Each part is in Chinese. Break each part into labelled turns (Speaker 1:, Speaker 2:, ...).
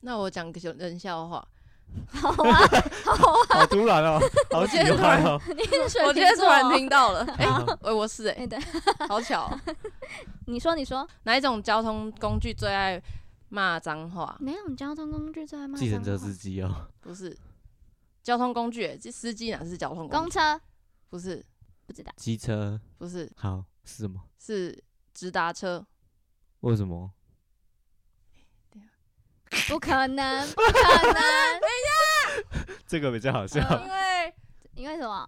Speaker 1: 那我讲个小冷笑话，
Speaker 2: 好啊，好啊，
Speaker 3: 好突然哦，好喜欢哦，
Speaker 2: 你是水
Speaker 1: 我今天
Speaker 2: 瓶
Speaker 1: 突
Speaker 2: 座
Speaker 1: 然
Speaker 2: 哦
Speaker 1: 听到 了，哎、
Speaker 3: 啊
Speaker 1: 喂我是哎、
Speaker 2: 哎对，
Speaker 1: 好巧哦、
Speaker 2: 你说你说，
Speaker 1: 哪一种交通工具最爱骂脏话？
Speaker 2: 哪种交通工具最爱骂
Speaker 3: 计
Speaker 2: 脏
Speaker 3: 程车
Speaker 2: 话
Speaker 3: 司？机哦，
Speaker 1: 不是交通工具、欸，这司机哪是交通工
Speaker 2: 公
Speaker 1: 具？
Speaker 2: 车
Speaker 1: 不是，
Speaker 2: 不知道，
Speaker 3: 机车
Speaker 1: 不是，
Speaker 3: 好是什么？
Speaker 1: 是直达车。
Speaker 3: 为什么？
Speaker 2: 不可 能，不可能，
Speaker 3: 这个比较好笑
Speaker 2: 嗯
Speaker 1: 因为
Speaker 2: 因为什么？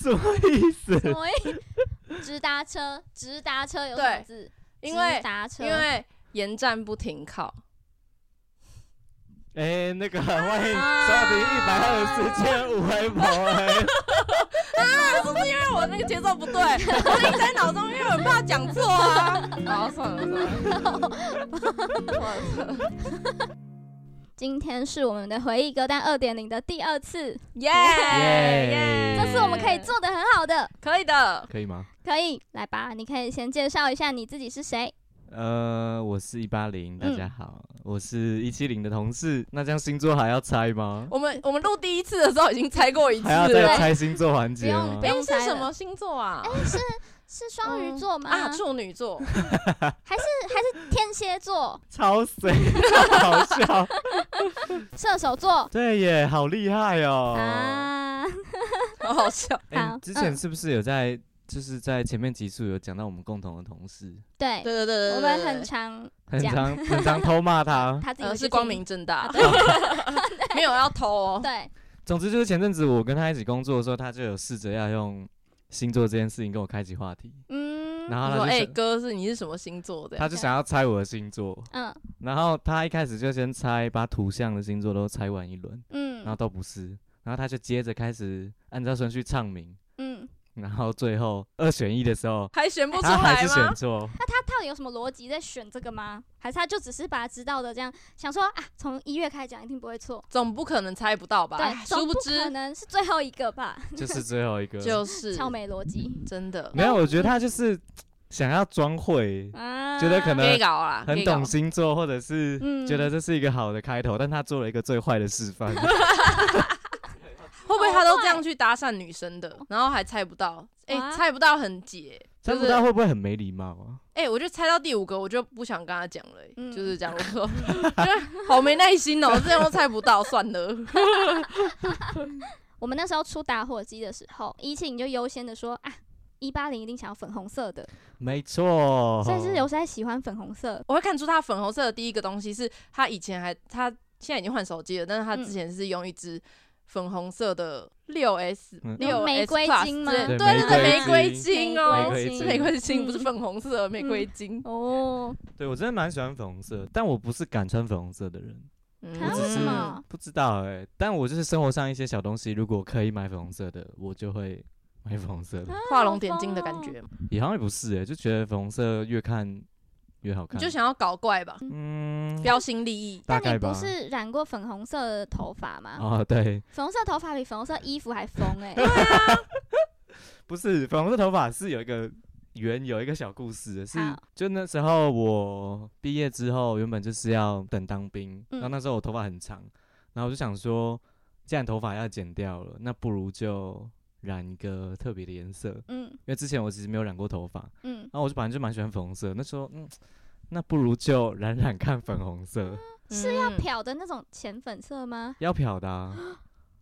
Speaker 3: 什么意思？
Speaker 2: 什么意思？直达车，直达车有什么
Speaker 1: 对
Speaker 2: 字？
Speaker 1: 因为
Speaker 2: 直达车，
Speaker 1: 因为沿站不停靠，
Speaker 3: 哎，那
Speaker 2: 啊
Speaker 3: 个欢迎刷屏一百二十千五回博哎，
Speaker 1: 啊因为我那个节奏不对，我一直在脑中，因为我怕讲错啊。好，算了算了， 算了，
Speaker 2: 今天是我们的回忆歌单二点零的第二次，
Speaker 1: 耶
Speaker 3: 耶
Speaker 2: 这次我们可以做的很好的，
Speaker 1: 可以的。
Speaker 3: 可以吗？
Speaker 2: 可以来吧？你可以先介绍一下你自己是谁。
Speaker 3: 呃，我是一八
Speaker 2: 嗯
Speaker 3: 零，大家好，我是一七零的同事。那这样星座还要猜吗？
Speaker 1: 我们我们录第一次的时候已经猜过一次
Speaker 3: 还要再
Speaker 1: 了。
Speaker 3: 猜星座环节吗
Speaker 2: 不？用
Speaker 1: 哎，是
Speaker 2: 猜了
Speaker 1: 什么星座啊？
Speaker 2: 哎、是是双
Speaker 3: 嗯
Speaker 2: 鱼座吗？
Speaker 1: 啊，处女 座。
Speaker 2: 还是还是天蝎座、
Speaker 3: 超谁？好笑。
Speaker 2: 射手座、
Speaker 3: 对耶，好厉害哦。
Speaker 2: 啊？
Speaker 1: 好好笑。
Speaker 3: 哎
Speaker 2: 好嗯
Speaker 3: 之前是不是有在，就是在前面集数有讲到我们共同的同事，
Speaker 2: 对，
Speaker 1: 对对对对，
Speaker 2: 哎我们很常
Speaker 3: 很
Speaker 2: 讲。
Speaker 3: 常很常偷骂他
Speaker 2: 他自己
Speaker 1: 呃
Speaker 2: 会去
Speaker 1: 是光
Speaker 2: 听
Speaker 1: 明正大， 没有要偷 哦。
Speaker 2: 对，
Speaker 3: 总之就是前阵子我跟他一起工作的时候，他就有试着要用星座这件事情跟我开启话题，
Speaker 2: 嗯
Speaker 3: 然后他
Speaker 1: 说
Speaker 3: 就
Speaker 1: 哎
Speaker 3: 想
Speaker 1: 哥是你是什么星座的？
Speaker 3: 他就想要猜我的星座，
Speaker 2: 嗯
Speaker 3: 然后他一开始就先猜，把图像的星座都猜完一轮，然后
Speaker 2: 嗯
Speaker 3: 都不是，然后他就接着开始按照顺序唱名，
Speaker 2: 嗯，
Speaker 3: 然后最后二选一的时候，
Speaker 1: 还选不出
Speaker 3: 他还
Speaker 1: 来
Speaker 3: 是选
Speaker 1: 吗？
Speaker 3: 错。
Speaker 2: 那他到底有什么逻辑在选这个吗？还是他就只是把他知道的这样想说啊，从一月开始讲一定不会错，
Speaker 1: 总不可能猜不到吧？哎
Speaker 2: 对，
Speaker 1: 殊
Speaker 2: 总不可
Speaker 1: 知
Speaker 2: 能是最后一个吧？
Speaker 3: 就是最后一个，
Speaker 1: 就是哦
Speaker 2: 超没逻辑
Speaker 1: 真的
Speaker 3: 没有，我觉得他就是想要装会，
Speaker 1: 嗯
Speaker 2: 啊，
Speaker 3: 觉得可能
Speaker 1: 可以搞啦，
Speaker 3: 很懂星座，或者是
Speaker 2: 嗯
Speaker 3: 觉得这是一个好的开头，但他做了一个最坏的示范。
Speaker 1: 会不会他都这样去搭讪女生的，然后还猜不到？哎、
Speaker 2: 哇
Speaker 1: 猜不到很解，
Speaker 3: 猜
Speaker 1: 就
Speaker 3: 不
Speaker 1: 是
Speaker 3: 到会不会很没礼貌啊？
Speaker 1: 哎、我就猜到第五个，我就不想跟他讲了、欸
Speaker 2: 嗯
Speaker 1: 就是讲我说， 就是好没耐心哦、这样都猜不到，算了。
Speaker 2: 我们那时候出打火机的时候，一七零就优先的说啊，一八零一定想要粉红色的，
Speaker 3: 没错，
Speaker 2: 所以是有在喜欢粉红色。
Speaker 1: 我会看出他粉红色的第一个东西是他以前还他现在已经换手机了，但是他
Speaker 2: 嗯
Speaker 1: 之前是用一支粉红色的六 S
Speaker 3: 嗯
Speaker 1: 六 S
Speaker 2: 玫瑰
Speaker 1: Plus
Speaker 2: 金吗
Speaker 1: 之类的
Speaker 3: 对
Speaker 1: 对对，
Speaker 3: 玫
Speaker 1: 玫瑰
Speaker 3: 瑰
Speaker 1: 金
Speaker 3: 玫
Speaker 1: 哦、
Speaker 3: 瑰
Speaker 1: 是
Speaker 3: 金
Speaker 1: 玫瑰
Speaker 2: 嗯
Speaker 1: 金，不是粉红色玫瑰金。
Speaker 2: 哦，
Speaker 3: 对我真的蛮喜欢粉红色，但我不是敢穿粉红色的人，
Speaker 1: 嗯
Speaker 2: 啊
Speaker 3: 我只
Speaker 2: 为什
Speaker 3: 是
Speaker 2: 么
Speaker 3: 不知道哎、但我就是生活上一些小东西，如果可以买粉红色的，我就会买粉红色
Speaker 2: 啊
Speaker 3: 的。
Speaker 1: 画龙点睛的感觉，
Speaker 3: 也好像也不是哎、就觉得粉红色越看越好
Speaker 1: 你
Speaker 3: 看，
Speaker 1: 就想要搞怪吧，
Speaker 3: 嗯，
Speaker 1: 标新立异。
Speaker 3: 大
Speaker 2: 但
Speaker 3: 概
Speaker 2: 你不
Speaker 3: 吧。
Speaker 2: 是染过粉红色的头发吗？
Speaker 3: 哦，对，
Speaker 2: 粉红色头发比粉红色衣服还疯 哎、
Speaker 3: 不是粉红色头发是有一个缘，有一个小故事的，是
Speaker 2: 好
Speaker 3: 就那时候我毕业之后，原本就是要等当兵，
Speaker 2: 嗯
Speaker 3: 然后那时候我头发很长，然后我就想说，既然头发要剪掉了，那不如就染一个特别的颜色，因
Speaker 2: 嗯
Speaker 3: 为之前我其实没有染过头发，然
Speaker 2: 嗯，
Speaker 3: 后我就本来就蛮喜欢粉红色，那时候嗯，那不如就染染看粉红
Speaker 2: 啊
Speaker 3: 色，
Speaker 2: 是要
Speaker 1: 嗯
Speaker 2: 漂的那种浅粉色吗？
Speaker 3: 要漂的、啊，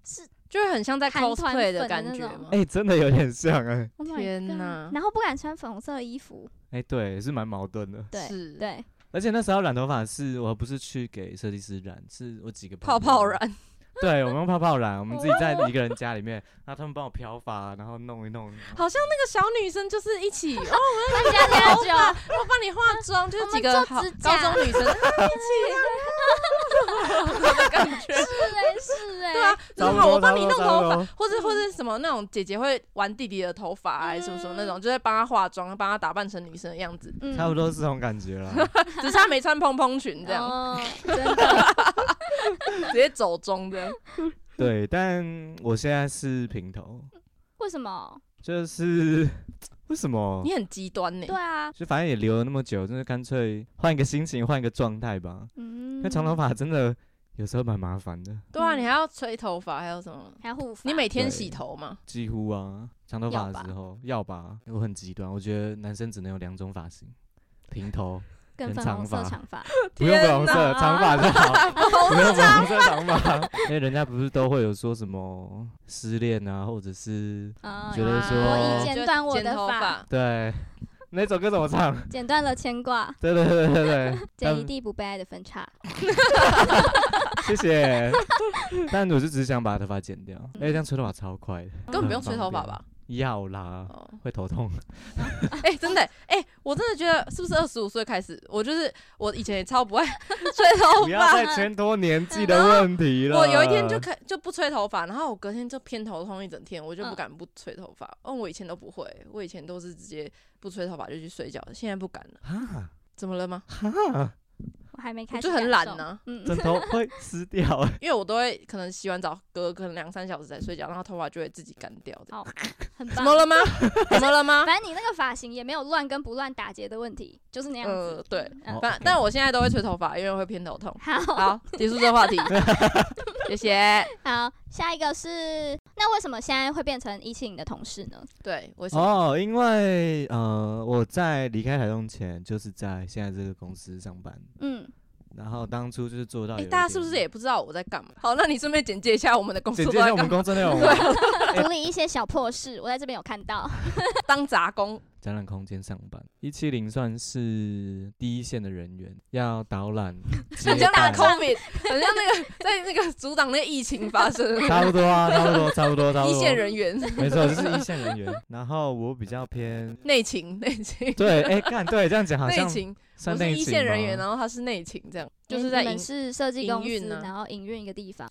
Speaker 2: 是
Speaker 1: 就会很像在
Speaker 2: 韩
Speaker 1: cosplay
Speaker 2: 团粉的
Speaker 1: 感
Speaker 2: 那
Speaker 1: 觉
Speaker 2: 种
Speaker 1: 吗？
Speaker 3: 哎、真的有点像哎、
Speaker 2: ，Oh my
Speaker 1: 天
Speaker 2: God
Speaker 1: 哪
Speaker 2: 然后不敢穿粉红色的衣服，
Speaker 3: 哎、对，是蛮矛盾的。
Speaker 2: 对
Speaker 1: 是
Speaker 2: 对，
Speaker 3: 而且那时候染头发是我不是去给设计师染，是我几个朋
Speaker 1: 泡
Speaker 3: 友
Speaker 1: 泡染，
Speaker 3: 对，我们用泡 泡染，我们自己在一个人家里面，然后他们帮我漂发，然后弄一弄。然后
Speaker 1: 好像那个小女生就是一 起，哦，
Speaker 2: 大家加 油！
Speaker 1: 我帮你化妆，就
Speaker 2: 啊我
Speaker 1: 是
Speaker 2: 们
Speaker 1: 几个
Speaker 2: 做
Speaker 1: 好
Speaker 2: 指
Speaker 1: 高
Speaker 2: 甲
Speaker 1: 中女 生的感觉。
Speaker 2: 是哎、是哎、
Speaker 1: 对啊，
Speaker 3: 差
Speaker 1: 然
Speaker 3: 不
Speaker 1: 后
Speaker 3: 多
Speaker 1: 我帮你
Speaker 3: 差
Speaker 1: 弄
Speaker 3: 不多差
Speaker 1: 头
Speaker 3: 不
Speaker 1: 发
Speaker 3: 多，
Speaker 1: 或者或者什么那种姐姐会玩弟弟的头发啊，还是什么什么那种，就会帮他化妆，帮他打扮成女生的样 子，
Speaker 2: 嗯
Speaker 3: 差不多是这种感觉啦。
Speaker 1: 只是他没穿蓬蓬裙，这样
Speaker 2: 哦，真的
Speaker 1: 直接
Speaker 3: 哦
Speaker 1: 走中这样。
Speaker 3: 对，但我现在是平头，
Speaker 2: 为什么？
Speaker 3: 就是 为什么？
Speaker 1: 你很极端呢、
Speaker 2: 对啊，
Speaker 3: 就反正也留了那么久，就是干脆换一个心情，换一个状态吧。
Speaker 2: 嗯，
Speaker 3: 那长头发真的有时候蛮麻烦的，
Speaker 1: 对啊，你还要吹头发，还有什么？
Speaker 2: 嗯还要护发，
Speaker 1: 你每天洗
Speaker 3: 对
Speaker 1: 头吗？
Speaker 3: 几乎啊，长头发
Speaker 2: 要吧
Speaker 3: 的时候要吧，我很极端，我觉得男生只能有两种发型，平头，
Speaker 2: 跟
Speaker 3: 跟
Speaker 2: 粉
Speaker 3: 长
Speaker 2: 红色
Speaker 3: 发
Speaker 2: 长发，
Speaker 3: 不用
Speaker 1: 天
Speaker 3: 粉红色
Speaker 2: 哪
Speaker 3: 长发就好，不用粉红色长发。因为人家不是都会有说什么失恋啊，或者是
Speaker 2: 啊，
Speaker 3: 觉得说
Speaker 2: 我已剪断我
Speaker 1: 剪
Speaker 2: 的
Speaker 1: 头
Speaker 2: 发，
Speaker 1: 发，
Speaker 3: 对那首歌怎么唱？
Speaker 2: 剪断了牵挂，
Speaker 3: 对对对对对，
Speaker 2: 这一
Speaker 3: 但
Speaker 2: 地不被爱的分叉。
Speaker 3: 谢谢。但我就只是想把头发剪掉，哎，这样吹头发超快的。
Speaker 1: 根本不用吹头发吧？
Speaker 3: 要啦，
Speaker 1: 哦，
Speaker 3: 会头痛。
Speaker 1: 哎、真的、哎、我真的觉得是不是二十五岁开始，我就是我以前也超不爱 吹头
Speaker 3: 不要再
Speaker 1: 发。
Speaker 3: 牵拖年纪的问题了。
Speaker 1: 我有一天就开就不吹头发，然后我隔天就偏头痛一整天，我就
Speaker 3: 嗯
Speaker 1: 不敢不吹头发。嗯，我以前都不会，我以前都是直接不吹头发就去睡觉，现在不敢了。
Speaker 3: 啊，
Speaker 1: 怎么了吗？
Speaker 3: 哈，
Speaker 2: 我还没开始，
Speaker 1: 就很懒呢、
Speaker 2: 嗯，
Speaker 3: 枕头会湿掉。
Speaker 1: 因为我都会可能洗完澡隔可能两三小时才睡觉，然后头发就会自己干掉的。
Speaker 2: 好，很
Speaker 1: 怎
Speaker 2: 棒
Speaker 1: 么。了吗？怎么了吗？
Speaker 2: 反正你那个发型也没有乱跟不乱打结的问题，就是那样
Speaker 1: 呃
Speaker 2: 子，。
Speaker 1: 对，
Speaker 3: 哦
Speaker 2: 嗯
Speaker 1: 反但我现在都会吹头发，因为会偏头痛。
Speaker 2: 好
Speaker 1: 好，结束这个话 题，谢谢。
Speaker 2: 好，下一个是，那为什么现在会变成一七零的同事呢？
Speaker 1: 对，为什么？
Speaker 3: 哦，因为呃，我在离开台东前，就是在现在这个公司上班，
Speaker 2: 嗯，
Speaker 3: 然后当初就是做啊到有
Speaker 1: 哎，
Speaker 3: 一点。
Speaker 1: 大家是不是也啊不知道我在干嘛？好，那你顺便简介一下我们的工作
Speaker 3: 简
Speaker 1: 都
Speaker 3: 介一下
Speaker 1: 在
Speaker 3: 我
Speaker 1: 干
Speaker 3: 们
Speaker 1: 嘛？
Speaker 3: 工作内 容哦吗？
Speaker 1: 哎
Speaker 2: 处理一些小破事，我在这边有看到。
Speaker 1: 当杂工，
Speaker 3: 展览空间上班，一七零算是第一线的人员，要导 览、接
Speaker 1: 很像那
Speaker 3: 待
Speaker 1: 个 COVID，很像那个在那个阻挡那个疫情发生 的
Speaker 3: 差不多啊，差不多，差不多，差不
Speaker 1: 一
Speaker 3: 多。
Speaker 1: 线人员，
Speaker 3: 没错，就是一线人员。然后我比较 偏
Speaker 1: 内勤，内勤，
Speaker 3: 对，哎，看对这样讲好
Speaker 1: 内
Speaker 3: 像
Speaker 1: 勤，我
Speaker 3: 算
Speaker 1: 是
Speaker 3: 内
Speaker 1: 一
Speaker 3: 勤哦
Speaker 1: 线人
Speaker 3: 吗
Speaker 1: 员，哦然后他是内勤，这样就
Speaker 2: 你
Speaker 1: 是在
Speaker 2: 你
Speaker 1: 营
Speaker 2: 们，是设计公
Speaker 1: 营
Speaker 2: 司
Speaker 1: 运，啊
Speaker 2: 然后营运一个地 方。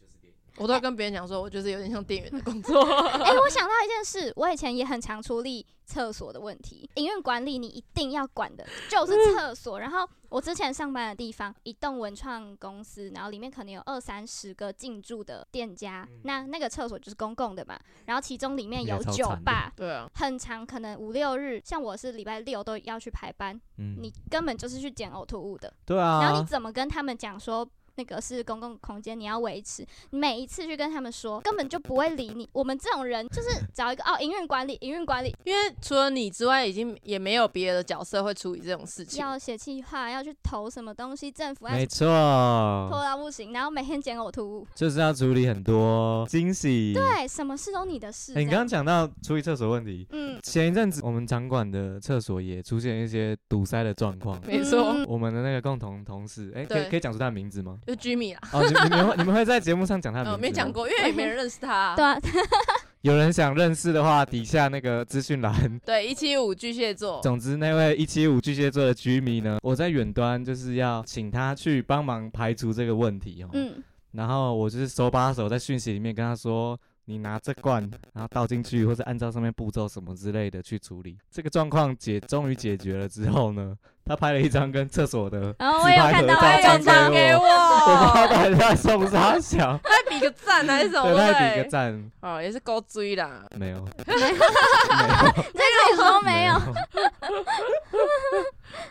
Speaker 1: 我都会跟别人讲说，我就是有点像店员的工作。
Speaker 2: 哎、我想到一件事，我以前也很常处理厕所的问题。营运管理你一定要管的
Speaker 1: 嗯
Speaker 2: 就是厕所。然后我之前上班的地方，一栋文创公司，然后里面可能有二三十个进驻的店家，
Speaker 1: 嗯
Speaker 2: 那那个厕所就是公共的嘛。然后其中里面
Speaker 3: 也
Speaker 2: 有
Speaker 3: 超
Speaker 2: 酒
Speaker 3: 惨的
Speaker 2: 吧，
Speaker 1: 对啊，
Speaker 2: 很长，可能五六日，像我是礼拜六都要去排班，
Speaker 3: 嗯
Speaker 2: 你，根本就是去捡呕吐物的。
Speaker 3: 对啊。
Speaker 2: 然后你怎么跟他们讲说那个是公共空间，你要维持？你每一次去跟他们说，根本就不会理你。我们这种人 就是找一个哦，营运管理，营运管理
Speaker 1: 因为除了你之外，已经也没有别的角色会处理这种事情。
Speaker 2: 要写计划，要去投什么东西，政府要
Speaker 3: 没
Speaker 2: 拖
Speaker 3: 错，
Speaker 2: 到不行，然后每天捡呕吐物，
Speaker 3: 就是要处理很多惊喜。对，
Speaker 2: 对，什么事都你的事。
Speaker 3: 嗯哎你刚刚讲到处理厕所问题，
Speaker 2: 嗯，
Speaker 3: 前一阵子我们场馆的厕所也出现一些堵塞的状况。
Speaker 1: 没错，
Speaker 2: 嗯
Speaker 3: 我们的那个共同同事，哎，可
Speaker 1: 对
Speaker 3: 以可以讲出他的 名字吗？
Speaker 1: 就 Jimmy 啦，
Speaker 3: 哦，你你们会你们会在节目上讲他的名
Speaker 1: 呃，
Speaker 3: 字？
Speaker 1: 没讲。过，因为也没人认识他啊
Speaker 2: 对。啊，
Speaker 3: 有人想认识的话，底下那个资讯栏。
Speaker 1: 对，一七五巨蟹座，
Speaker 3: 总之，那位一七五巨蟹座的居民呢，我在远端就是要请他去帮忙排除这个问题哦。
Speaker 2: 嗯，
Speaker 3: 然后我就是手把手在讯息里面跟他说，你拿这罐，然后倒进去，或者按照上面步骤什么之类的去处理。这个状况解终于解决了之后呢，他拍了一张跟厕所的自
Speaker 2: 然哦后我有
Speaker 3: 拍
Speaker 2: 看
Speaker 3: 合
Speaker 2: 到，
Speaker 1: 哎
Speaker 2: 我
Speaker 1: 呀
Speaker 2: 有看到
Speaker 3: 照
Speaker 1: 传
Speaker 3: 传
Speaker 1: 给
Speaker 3: 给我。我不知道
Speaker 1: 我，
Speaker 3: 到底在送 啥小，
Speaker 1: 他 比个赞还是什么？
Speaker 3: 对，他还比个赞，
Speaker 1: 哦，也是够追啦。
Speaker 3: 没有，没
Speaker 2: 这哎个我都没有。。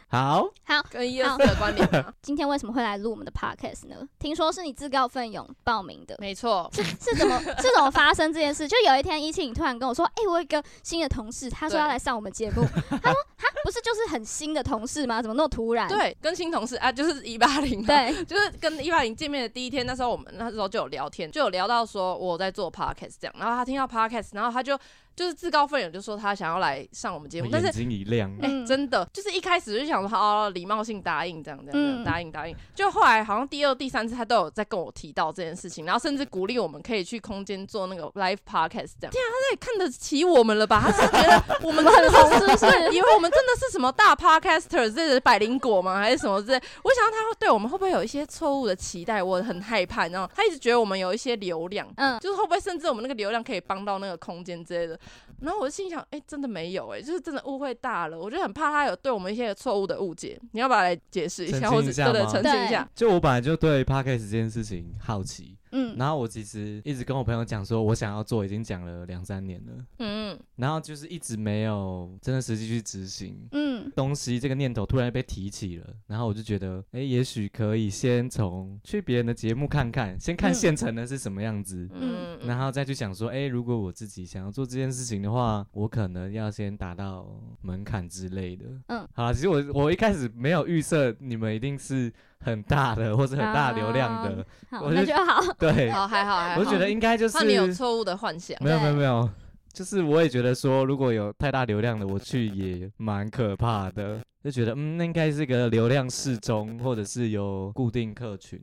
Speaker 3: 好，
Speaker 2: 好，
Speaker 1: 跟一二四有关联吗？
Speaker 2: 今天为什么会来录我们的 podcast 呢？听说是你自告奋勇报名的，
Speaker 1: 没错，
Speaker 2: 是是怎么是怎么发生这件事？就有一天，一庆突然跟我说：“哎、我有一个新的同事，他说
Speaker 1: 对
Speaker 2: 要来上我们节目。” 他说：“哈，不是就是很新的同事吗？怎么那么突然？”
Speaker 1: 对，跟新同事啊，就是一八零，，
Speaker 2: 对，
Speaker 1: 就是跟一八零见面的第一天，那时候我们那时候就有聊天，就有聊到说我在做 podcast 这样，然后他听到 podcast，然后他就就是自告奋勇就说他想要来上我们节
Speaker 3: 我
Speaker 1: 目，但
Speaker 3: 眼
Speaker 1: 是
Speaker 3: 睛一亮，
Speaker 1: 哎、
Speaker 2: 嗯
Speaker 1: 真的，就是一开始就想说哦，礼貌性答应这样这样这样
Speaker 2: 嗯
Speaker 1: 答应答应，就后来好像第二、第三次他都有在跟我提到这件事情，然后甚至鼓励我们可以去空间做那个 live podcast 这样。天啊，他也看得起我们了吧？他是觉得 我们真的
Speaker 2: 很红
Speaker 1: 是
Speaker 2: 是不是
Speaker 1: 以为我们真的是什么大 podcaster，这是百灵果吗？还是什么之类？我想到他会对我们会不会有一些错误的期待？我很害怕，然后他一直觉得我们有一些流量，
Speaker 2: 嗯
Speaker 1: 就是会不会甚至我们那个流量可以帮到那个空间之类的。然后我就心想，哎、真的没有、哎，就是真的误会大了。我就很怕他有对我们一些错误的误解，你要不要来解释一
Speaker 3: 澄
Speaker 1: 下，
Speaker 3: 清
Speaker 1: 或
Speaker 3: 一
Speaker 1: 者
Speaker 3: 下
Speaker 1: 对对
Speaker 3: 吗
Speaker 1: 澄清一下？
Speaker 3: 就我本来就对 podcast 这件事情好奇，
Speaker 2: 嗯，
Speaker 3: 然后我其实一直跟我朋友讲说，我想要做，已经讲了两三年了，
Speaker 1: 嗯，
Speaker 3: 然后就是一直没有真的实际去执行。
Speaker 2: 嗯
Speaker 3: 东西这个念头突然被提起了，然后我就觉得，哎，也许可以先从去别人的节目看看，先看
Speaker 2: 嗯
Speaker 3: 现成的是什么样子，
Speaker 1: 嗯嗯，
Speaker 3: 然后再去想说，哎，如果我自己想要做这件事情的话，我可能要先达到门槛之类的。
Speaker 2: 嗯，
Speaker 3: 好啦，其实我我一开始没有预设你们一定是很大的或是很大流量的，
Speaker 2: 好，
Speaker 3: 我
Speaker 2: 那
Speaker 3: 就
Speaker 2: 就好。
Speaker 3: 对，
Speaker 1: 啊 好，还好，还好。
Speaker 3: 我觉得应该就是
Speaker 1: 怕你有错误的幻想。
Speaker 3: 没有没有
Speaker 2: 对
Speaker 3: 没有，就是我也觉得说，如果有太大流量的，我去也蛮可怕的，就觉得嗯，那应该是个流量适中，或者是有固定客群。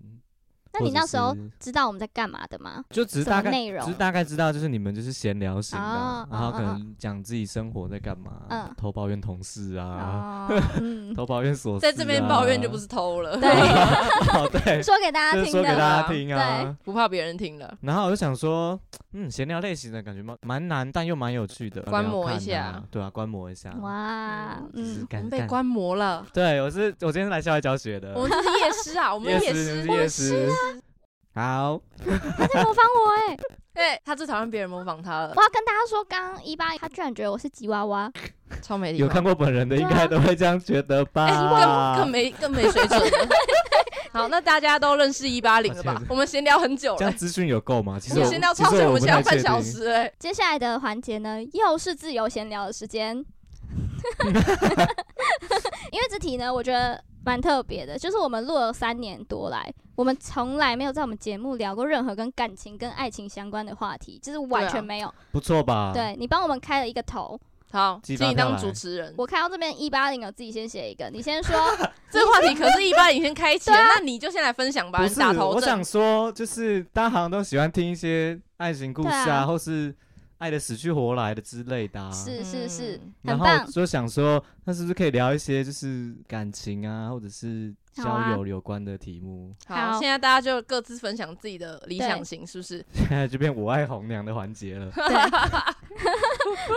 Speaker 2: 那
Speaker 3: 或
Speaker 2: 你
Speaker 3: 者
Speaker 2: 那时候
Speaker 3: 是
Speaker 2: 知道我们在干嘛的吗？
Speaker 3: 就只是
Speaker 2: 什
Speaker 3: 大
Speaker 2: 么
Speaker 3: 概
Speaker 2: 内
Speaker 3: 只
Speaker 2: 容
Speaker 3: 是大概知道，就是你们就是闲聊型的啊，
Speaker 2: 哦
Speaker 3: 然后
Speaker 2: 嗯
Speaker 3: 可
Speaker 2: 嗯嗯
Speaker 3: 能讲自己生活在干嘛，
Speaker 2: 嗯
Speaker 3: 偷抱怨同事啊，
Speaker 2: 哦，嗯，
Speaker 3: 偷抱怨琐事、啊，
Speaker 1: 在这边抱怨就 不是偷了，
Speaker 2: 对
Speaker 3: 哦，对，
Speaker 2: 说给大
Speaker 3: 就
Speaker 2: 家听啊
Speaker 3: 是说给
Speaker 2: 的，
Speaker 3: 大家听啊。
Speaker 1: 不怕别人听了。
Speaker 3: 然后我就想说，嗯，闲聊类型的感觉蛮蛮难，但又蛮有趣的，
Speaker 1: 观摩
Speaker 3: 聊
Speaker 1: 一
Speaker 3: 看
Speaker 1: 下
Speaker 3: 啊，对啊，观摩一下。
Speaker 2: 哇，
Speaker 3: 就
Speaker 2: 嗯
Speaker 3: 是，
Speaker 1: 我们
Speaker 3: 感
Speaker 1: 被
Speaker 3: 感
Speaker 1: 观摩了，
Speaker 3: 对，我是我今天是来校外教学的，
Speaker 1: 我们就是夜师啊，我啊们
Speaker 3: 夜
Speaker 1: 师，
Speaker 3: 你们是夜师。好，
Speaker 2: 他在模仿我哎、
Speaker 1: 对他最讨厌别人模仿他了
Speaker 2: 我，要跟大家说，刚刚一八他居然觉得我是吉娃娃，
Speaker 1: 超没礼貌。
Speaker 3: 有看过本人的应
Speaker 2: 对
Speaker 3: 该
Speaker 2: 啊
Speaker 3: 都会这样觉得
Speaker 1: 哎，
Speaker 3: 吧？
Speaker 1: 更更没更没水准了。 好，那大家都认识一八零了吧
Speaker 3: 抱歉？
Speaker 1: 我们闲聊很久
Speaker 3: 这
Speaker 1: 了
Speaker 3: 样，资讯有够吗？其
Speaker 1: 我们
Speaker 3: 实我
Speaker 1: 闲聊
Speaker 3: 其
Speaker 1: 超
Speaker 3: 实
Speaker 1: 久，我
Speaker 3: 我
Speaker 1: 们
Speaker 3: 不
Speaker 1: 闲聊
Speaker 3: 太
Speaker 1: 半
Speaker 3: 确
Speaker 1: 小
Speaker 3: 定
Speaker 1: 时哎。
Speaker 2: 接下来的环节呢，又是自由闲聊的时间。 因为这题呢，我觉得蛮特别的，就是我们录了三年多来，我们从来没有在我们节目聊过任何跟感情、跟爱情相关的话题，就是完
Speaker 1: 对啊
Speaker 2: 全没有。
Speaker 3: 不错吧？
Speaker 2: 对,、，你帮我们开了一个头，
Speaker 1: 好，
Speaker 3: 寄
Speaker 1: 请
Speaker 3: 发
Speaker 1: 你
Speaker 3: 票
Speaker 1: 当
Speaker 3: 来
Speaker 1: 主持人。
Speaker 2: 我看到这边一八零，我自己先写一个，你先说。
Speaker 1: 这个话题可是一八零先开启了，
Speaker 2: 对啊
Speaker 1: 那你就先来分享吧，
Speaker 3: 不
Speaker 1: 你
Speaker 3: 是，
Speaker 1: 打头
Speaker 3: 我
Speaker 1: 阵
Speaker 3: 想。说，就是大家好像都喜欢听一些爱情故事
Speaker 2: 对
Speaker 3: 啊，
Speaker 2: 啊
Speaker 3: 或是爱的死去活来的之类的、啊。
Speaker 2: 是是是，
Speaker 1: 嗯
Speaker 2: 很
Speaker 3: 然后
Speaker 2: 棒。
Speaker 3: 就想说，那是不是可以聊一些就是感情啊，或者是
Speaker 2: 好
Speaker 3: 交
Speaker 2: 啊
Speaker 3: 友有关的题目？
Speaker 1: 好，
Speaker 2: 好
Speaker 1: 现在大家就各自分享自己的理想型，是不是？
Speaker 3: 现在就变我爱红娘的环节 了。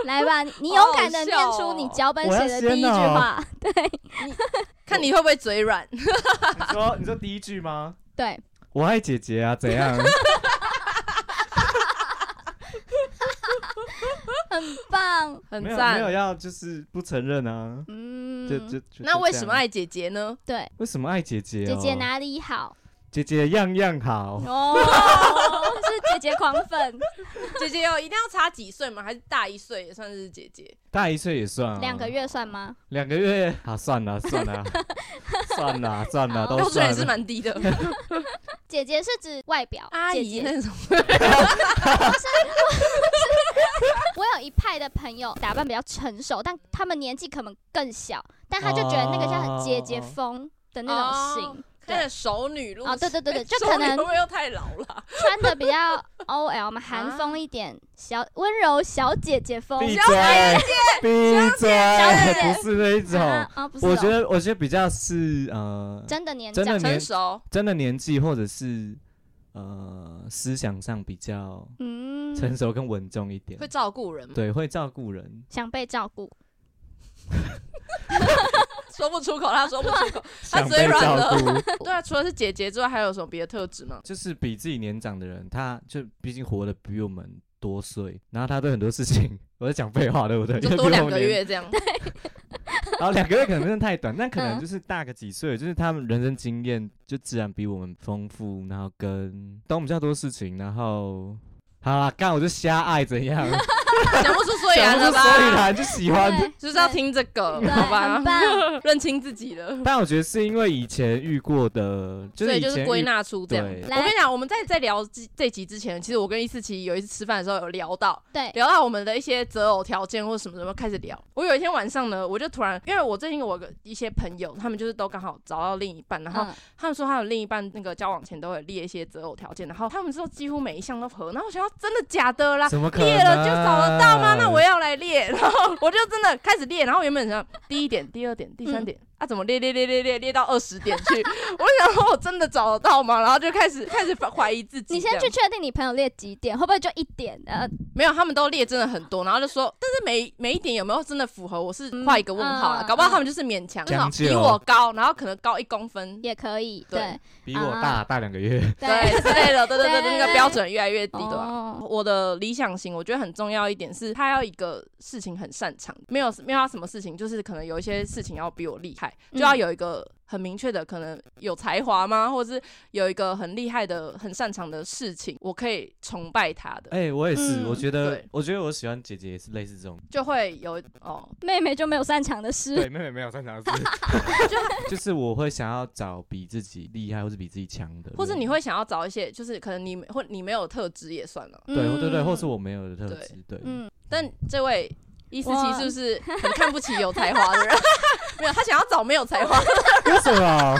Speaker 2: 来 吧，你你
Speaker 1: 好
Speaker 2: 勇
Speaker 1: 好
Speaker 2: 敢的念
Speaker 1: 笑
Speaker 2: 出
Speaker 1: 哦
Speaker 2: 你脚本
Speaker 3: 我要
Speaker 2: 写的
Speaker 3: 先
Speaker 2: 第一句
Speaker 3: 哦
Speaker 2: 话。
Speaker 1: 看你会不会嘴软。
Speaker 3: 你说，你说第一句吗？
Speaker 2: 对，
Speaker 3: 我爱姐姐啊，怎样？
Speaker 2: 很棒。
Speaker 1: 很
Speaker 3: 没有没有
Speaker 1: 赞。
Speaker 3: 要就是不承认啊。
Speaker 2: 嗯，
Speaker 3: 就就就
Speaker 1: 那
Speaker 3: 就
Speaker 1: 为
Speaker 3: 这
Speaker 1: 什
Speaker 3: 样
Speaker 1: 么爱姐姐 呢？
Speaker 2: 对，
Speaker 3: 为什么爱姐姐、
Speaker 2: 姐
Speaker 3: 哦
Speaker 2: 姐？哪里好？
Speaker 3: 姐姐样样好，
Speaker 2: 哦，
Speaker 1: 哦
Speaker 2: 是姐姐狂粉，
Speaker 1: 姐姐有一定要差几岁吗？还是大一岁也算是姐姐？
Speaker 3: 大一岁也算啊。
Speaker 2: 两个月算吗？
Speaker 3: 两个月啊，算了算了算了算了，
Speaker 2: 好
Speaker 3: 都
Speaker 1: 标准
Speaker 3: 算
Speaker 1: 也是
Speaker 3: 了。
Speaker 1: 蛮低 的。
Speaker 2: 姐姐是指外表，
Speaker 1: 阿
Speaker 2: 姐
Speaker 1: 姨
Speaker 2: 姐
Speaker 1: 那种，
Speaker 2: 我有一派的朋友打扮比较成熟，但他们年纪可能更小，但他就觉得那个叫很姐姐风的那种型。
Speaker 1: 看着熟女路
Speaker 2: 哦，对对对对，就
Speaker 1: 熟
Speaker 2: 可
Speaker 1: 女会
Speaker 2: 能
Speaker 1: 哎不会又太老 了？
Speaker 2: 穿的比较 OL 嘛，韩风一点，小温柔小姐姐风。
Speaker 3: 闭
Speaker 1: 小
Speaker 3: 嘴！闭嘴
Speaker 2: 小姐！姐
Speaker 3: 不是那一种
Speaker 2: 啊，，啊不是哦，
Speaker 3: 我觉得我觉得比较是呃，
Speaker 2: 真的年
Speaker 3: 真的
Speaker 2: 长，
Speaker 1: 成熟，
Speaker 3: 真的年纪或者是呃思想上比较
Speaker 2: 嗯，
Speaker 3: 成熟跟稳重一点
Speaker 1: 会，照顾人吗？
Speaker 3: 对，会照顾人。
Speaker 2: 想被照顾。
Speaker 1: 说不出口，他说不出口。他
Speaker 3: 想
Speaker 1: 嘴
Speaker 3: 被
Speaker 1: 软
Speaker 3: 照
Speaker 1: 了
Speaker 3: 顾，
Speaker 1: 对啊，除了是姐姐之外，还有什么别的特质吗？
Speaker 3: 就是比自己年长的人，他就毕竟活得比我们多岁，然后他对很多事情，我在讲废话，对不 对？
Speaker 1: 就
Speaker 3: 因为比
Speaker 1: 多
Speaker 3: 我
Speaker 1: 两
Speaker 3: 们
Speaker 1: 个
Speaker 3: 年
Speaker 1: 月这样。
Speaker 3: 然后两个月可能真的太短，但可能
Speaker 2: 嗯
Speaker 3: 就是大个几岁，就是他们人生经验就自然比我们丰富，然后跟懂比较多事情，然后好啦，干我就瞎爱怎样，
Speaker 1: 讲不出所以
Speaker 3: 想
Speaker 1: 然
Speaker 3: 不出
Speaker 1: 了
Speaker 3: 所以
Speaker 1: 吧？
Speaker 3: 然就喜欢。
Speaker 2: 对
Speaker 1: 就是要听这个，
Speaker 2: 对，
Speaker 1: 好吧
Speaker 2: 很？棒。
Speaker 1: 认清自己了，
Speaker 3: 但我觉得是因为以前遇过的，就
Speaker 1: 所
Speaker 3: 是
Speaker 1: 以
Speaker 3: 以
Speaker 1: 就是
Speaker 3: 前
Speaker 1: 归
Speaker 3: 遇
Speaker 1: 纳出这样。
Speaker 3: 对
Speaker 1: 我跟你讲，我们在在聊这这集之前，其实我跟一四七有一次吃饭的时候有聊到，
Speaker 2: 对，
Speaker 1: 聊到我们的一些择偶条件或什么什么开始聊。我有一天晚上呢，我就突然，因为我最近我有个一些朋友，他们就是都刚好找到另一半，然后
Speaker 2: 嗯
Speaker 1: 他们说他的另一半那个交往前都有列一些择偶条件，然后他们说几乎每一项都合，然后我想要真的假的啦？
Speaker 3: 怎么可能
Speaker 1: 列了就找得到吗？那我要来列，然后我就真的开始列，然后原本想第一点、第二点、第三点。啊，怎么列列列列列列到二十点去？ 我就想说，我真的找得到吗？然后就开始开始怀疑自己。
Speaker 2: 你先去，确定你朋友列几点，会不会就一点？呃，
Speaker 1: 没有，他们都列真的很多，然后就说，但是每每一点有没有真的符合，我是画一个问号了。
Speaker 2: 嗯
Speaker 1: 搞不好他们就是勉强，
Speaker 3: 将就
Speaker 1: 比我高，然后可能高一公分，
Speaker 2: 也可以，
Speaker 1: 对
Speaker 2: 对
Speaker 3: 比我
Speaker 2: 啊
Speaker 3: 大大两个月，
Speaker 1: 对之类的，对对对，
Speaker 2: 对对
Speaker 1: 那个
Speaker 2: 对
Speaker 1: 标准越来越低的。
Speaker 2: 哦，
Speaker 1: 我的理想型，我觉得很重要一点是，他要一个事情很擅长，没有没有他什么事情，就是可能有一些事情要比我厉害，就
Speaker 2: 嗯
Speaker 1: 要有一个很明确的，可能有才华吗，或者是有一个很厉害的、很擅长的事情，我可以崇拜他的，
Speaker 3: 哎、我也是，
Speaker 2: 嗯
Speaker 3: 我觉得
Speaker 1: 对，
Speaker 3: 我觉得我喜欢姐姐也是类似 这种，
Speaker 1: 就会有哦，
Speaker 2: 妹妹就没有擅长的事，
Speaker 3: 对，妹妹没有擅长 的事，就是我会想要找比自己厉害或是比自己强的，
Speaker 1: 或是
Speaker 3: 我
Speaker 1: 你
Speaker 2: 嗯
Speaker 1: 会想要找一些，就是可能你或你没有特质也算了，
Speaker 2: 对
Speaker 3: 对对
Speaker 1: 嗯
Speaker 3: 对，或是我没有的特质，对，
Speaker 2: 嗯，
Speaker 1: 但这位伊思琪
Speaker 2: 哇
Speaker 1: 是不是很看不起有才华的人？ 没有，他想要找没有才华，
Speaker 3: 为什么？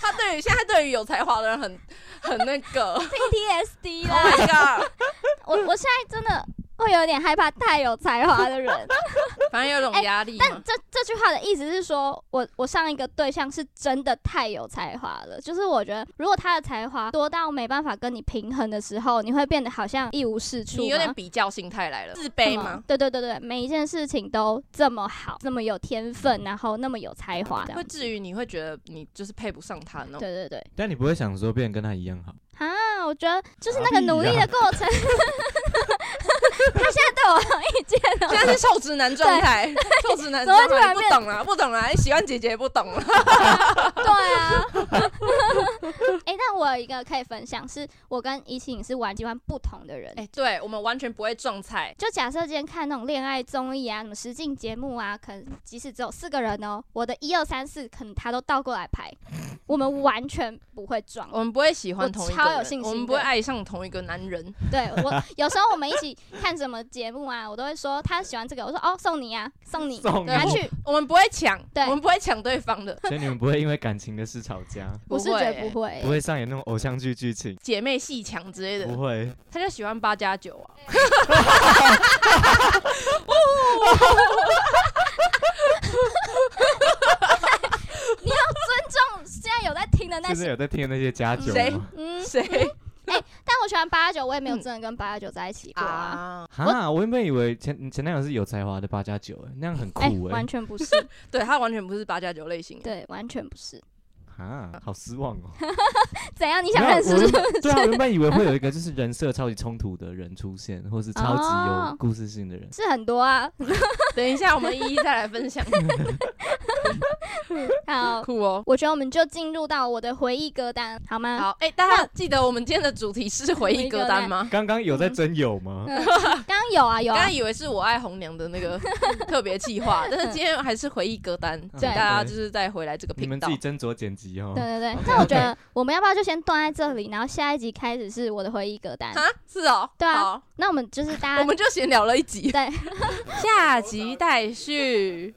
Speaker 1: 他对于现在对于有才华的人很很那个
Speaker 2: PTSD
Speaker 1: ，Oh
Speaker 2: 啦，
Speaker 1: my god！
Speaker 2: 我我现在真的会有点害怕太有才华的人。
Speaker 1: 嗯反正有种压力嘛。
Speaker 2: 这这句话的意思是说，我我上一个对象是真的太有才华了，就是我觉得如果他的才华多到没办法跟你平衡的时候，你会变得好像一无是处吗，
Speaker 1: 你有点比较心态来了，自
Speaker 2: 什
Speaker 1: 卑
Speaker 2: 么
Speaker 1: 吗？
Speaker 2: 对对对对，每一件事情都这么好，这么有天分，然后那么有才华，这
Speaker 1: 会哦
Speaker 2: 样
Speaker 1: 至于你会觉得你就是配不上他那种。
Speaker 2: 对对对，
Speaker 3: 但你不会想说变得跟她一样好？
Speaker 2: 啊，我觉得就是那
Speaker 3: 啊
Speaker 2: 个努力的过程。 他现在对我有意见了，
Speaker 1: 现在是臭直男状态，臭直男
Speaker 2: 怎么
Speaker 1: 状
Speaker 2: 会突
Speaker 1: 态，
Speaker 2: 然
Speaker 1: 不
Speaker 2: 变
Speaker 1: 懂啊啦，不懂啦，喜欢姐姐不懂啊啦。
Speaker 2: 对啊。 哎、但我有一个可以分享，是我跟怡晴是完全不同的人。
Speaker 1: 哎，对我们完全不会撞菜，
Speaker 2: 就假设今天看那种恋爱综艺啊，什么实境节目啊，可能即使只有四个人哦，我的一二三四可能他都倒过来排，我们完全不会撞。
Speaker 3: 哦
Speaker 1: 我们不会喜欢
Speaker 2: 我
Speaker 1: 同一个
Speaker 2: 超有
Speaker 1: 人
Speaker 2: 信心
Speaker 1: 我们不会爱上同一个男人。
Speaker 2: 对我有时候我们一起看什么节目啊，我都会说他喜欢这个，我说哦送你啊，送你，
Speaker 3: 送
Speaker 1: 你
Speaker 2: 拿去，
Speaker 1: 我们不会抢，
Speaker 2: 对
Speaker 1: 我们不会抢对方的，
Speaker 3: 所以你们不会因为感情的事吵架，
Speaker 2: 我是
Speaker 1: 不会
Speaker 2: 绝不会
Speaker 3: 不。会上演那种偶像剧剧情，
Speaker 1: 姐妹戏抢之类的
Speaker 3: 不。会。
Speaker 1: 他就喜欢八加九啊。
Speaker 2: 这种现在有在听的那
Speaker 3: 现在
Speaker 2: 些，
Speaker 3: 有在听的那些家酒
Speaker 1: 谁
Speaker 3: 吗？
Speaker 2: 嗯，
Speaker 1: 谁
Speaker 2: 但我喜欢八九，我也没有真的跟八九在一起过啊。
Speaker 1: 啊？
Speaker 3: 啊，我原本以为前前男友是有才华的八加九，哎，那样很
Speaker 2: 哎、
Speaker 3: 酷哎
Speaker 2: 完。全不是，
Speaker 1: 对他完全不是八加九类型。
Speaker 2: 对，完全不是。
Speaker 3: 啊，好失望哦。
Speaker 2: 怎样？ 你
Speaker 3: 没
Speaker 2: 想
Speaker 3: 有
Speaker 2: 认识
Speaker 3: 我
Speaker 2: 是
Speaker 3: 原
Speaker 2: 不
Speaker 3: 本
Speaker 2: 是？
Speaker 3: 对啊，我原本以为会有一个就是人设超级冲突的人出现，或是超级有
Speaker 2: 哦
Speaker 3: 故事性的人。
Speaker 2: 是很多 啊。
Speaker 1: 等一下，我们一一再来分 享。
Speaker 2: 好，
Speaker 1: 酷哦。
Speaker 2: 我觉得我们就进入到我的回忆歌单，好吗？
Speaker 1: 好，哎、大家记得我们今天的主题是回忆歌单吗？
Speaker 3: 刚刚有
Speaker 2: 嗯
Speaker 3: 在真有吗？
Speaker 2: 刚刚有啊有
Speaker 1: 刚
Speaker 2: 啊
Speaker 1: 刚，以为是我爱红娘的那个 特别计划，但 是今天还是回忆歌单，请大家就是再回来这个
Speaker 3: 你
Speaker 1: 频
Speaker 3: 们
Speaker 1: 道
Speaker 3: 自己。斟酌剪辑哦
Speaker 2: 对。对对。那我觉得我们要不要就先断在这里，然后下一集开始是我的回忆歌单？
Speaker 1: 啊，是哦，
Speaker 2: 对啊
Speaker 1: 好，
Speaker 2: 那我们就是大
Speaker 1: 我
Speaker 2: 家
Speaker 1: 们就闲聊了一集，
Speaker 2: 对。
Speaker 1: 下集待续。